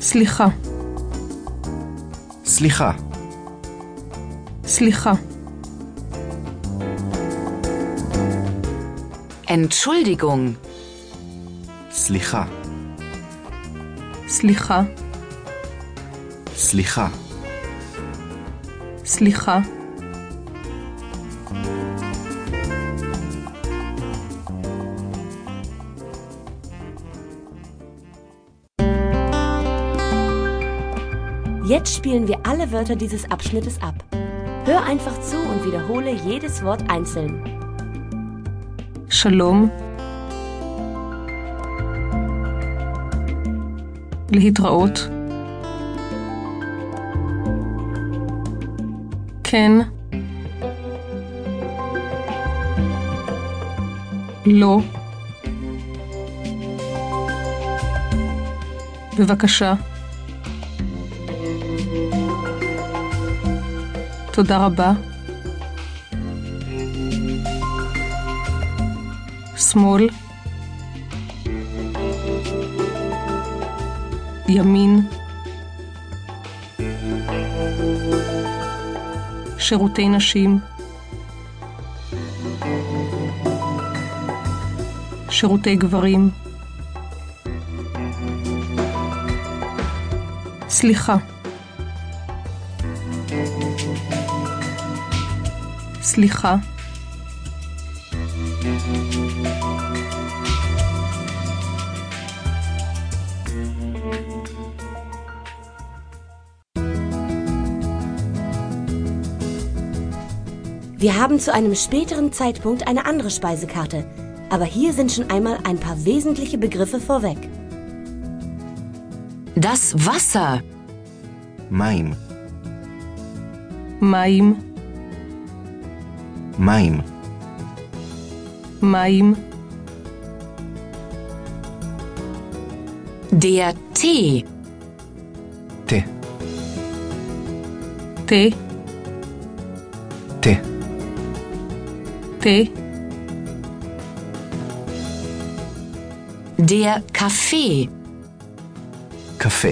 סליחה, סליחה, סליחה, Entschuldigung. סליחה, סליחה, סליחה, סליחה, Jetzt spielen wir alle Wörter dieses Abschnittes ab. Hör einfach zu und wiederhole jedes Wort einzeln. שלום. להתראות. כן. לא. בבקשה. תודה רבה. שמאל, ימין, שירותי נשים, שירותי גברים. סליחה. סליחה. Wir haben zu einem späteren Zeitpunkt eine andere Speisekarte, aber hier sind schon einmal ein paar wesentliche Begriffe vorweg. Das Wasser. מים, מים, מים, מים, Der Tee. תה, תה, תה, תה, Der Kaffee. קפה,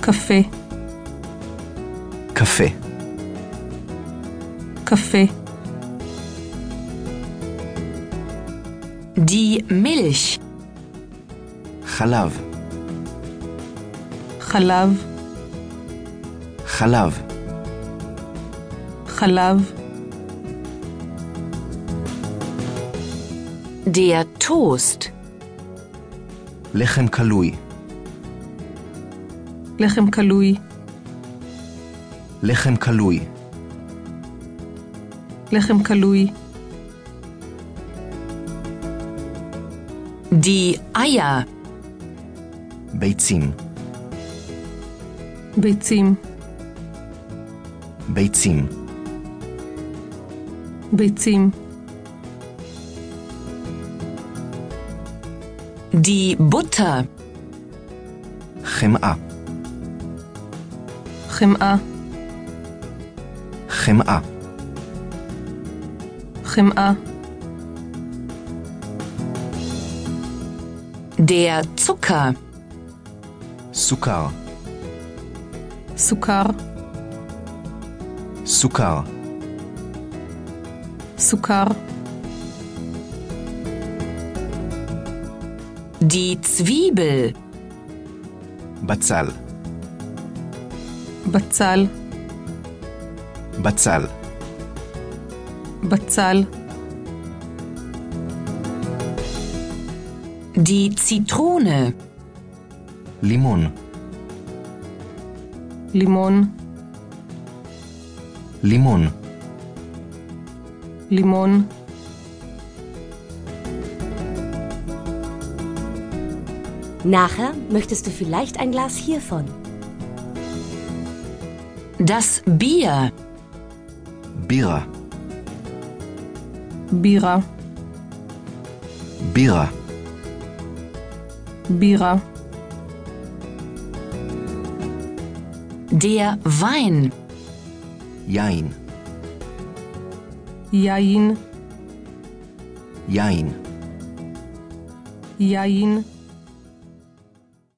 קפה, קפה, קפה, Die Milch. חלב, חלב, חלב, חלב, Der Toast. לחם קלוי, לחם קלוי, לחם קלוי, לחם קלוי, Die Eier. ביצים, ביצים, ביצים, ביצים, Die Butter. חמאה, חמאה, חמאה, חמאה, Der Zucker. סוכר, סוכר, סוכר, סוכר, Die Zwiebel. בצל, בצל, בצל, בצל, Die Zitrone. לימון, לימון, לימון, לימון, Nachher möchtest du vielleicht ein Glas hiervon. Das Bier. בירה, בירה, בירה, בירה, Der Wein. יין, יין, יין, יין,